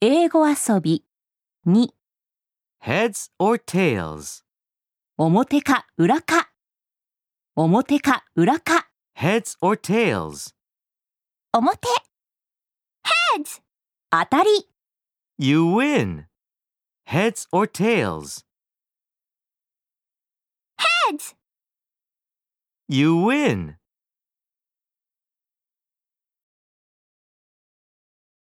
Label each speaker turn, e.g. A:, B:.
A: 英語遊び2
B: Heads or tails?
A: 表か裏か表か裏か
B: Heads or tails?
A: 表 Heads 当たり
B: You win. Heads or tails?
A: Heads
B: You win.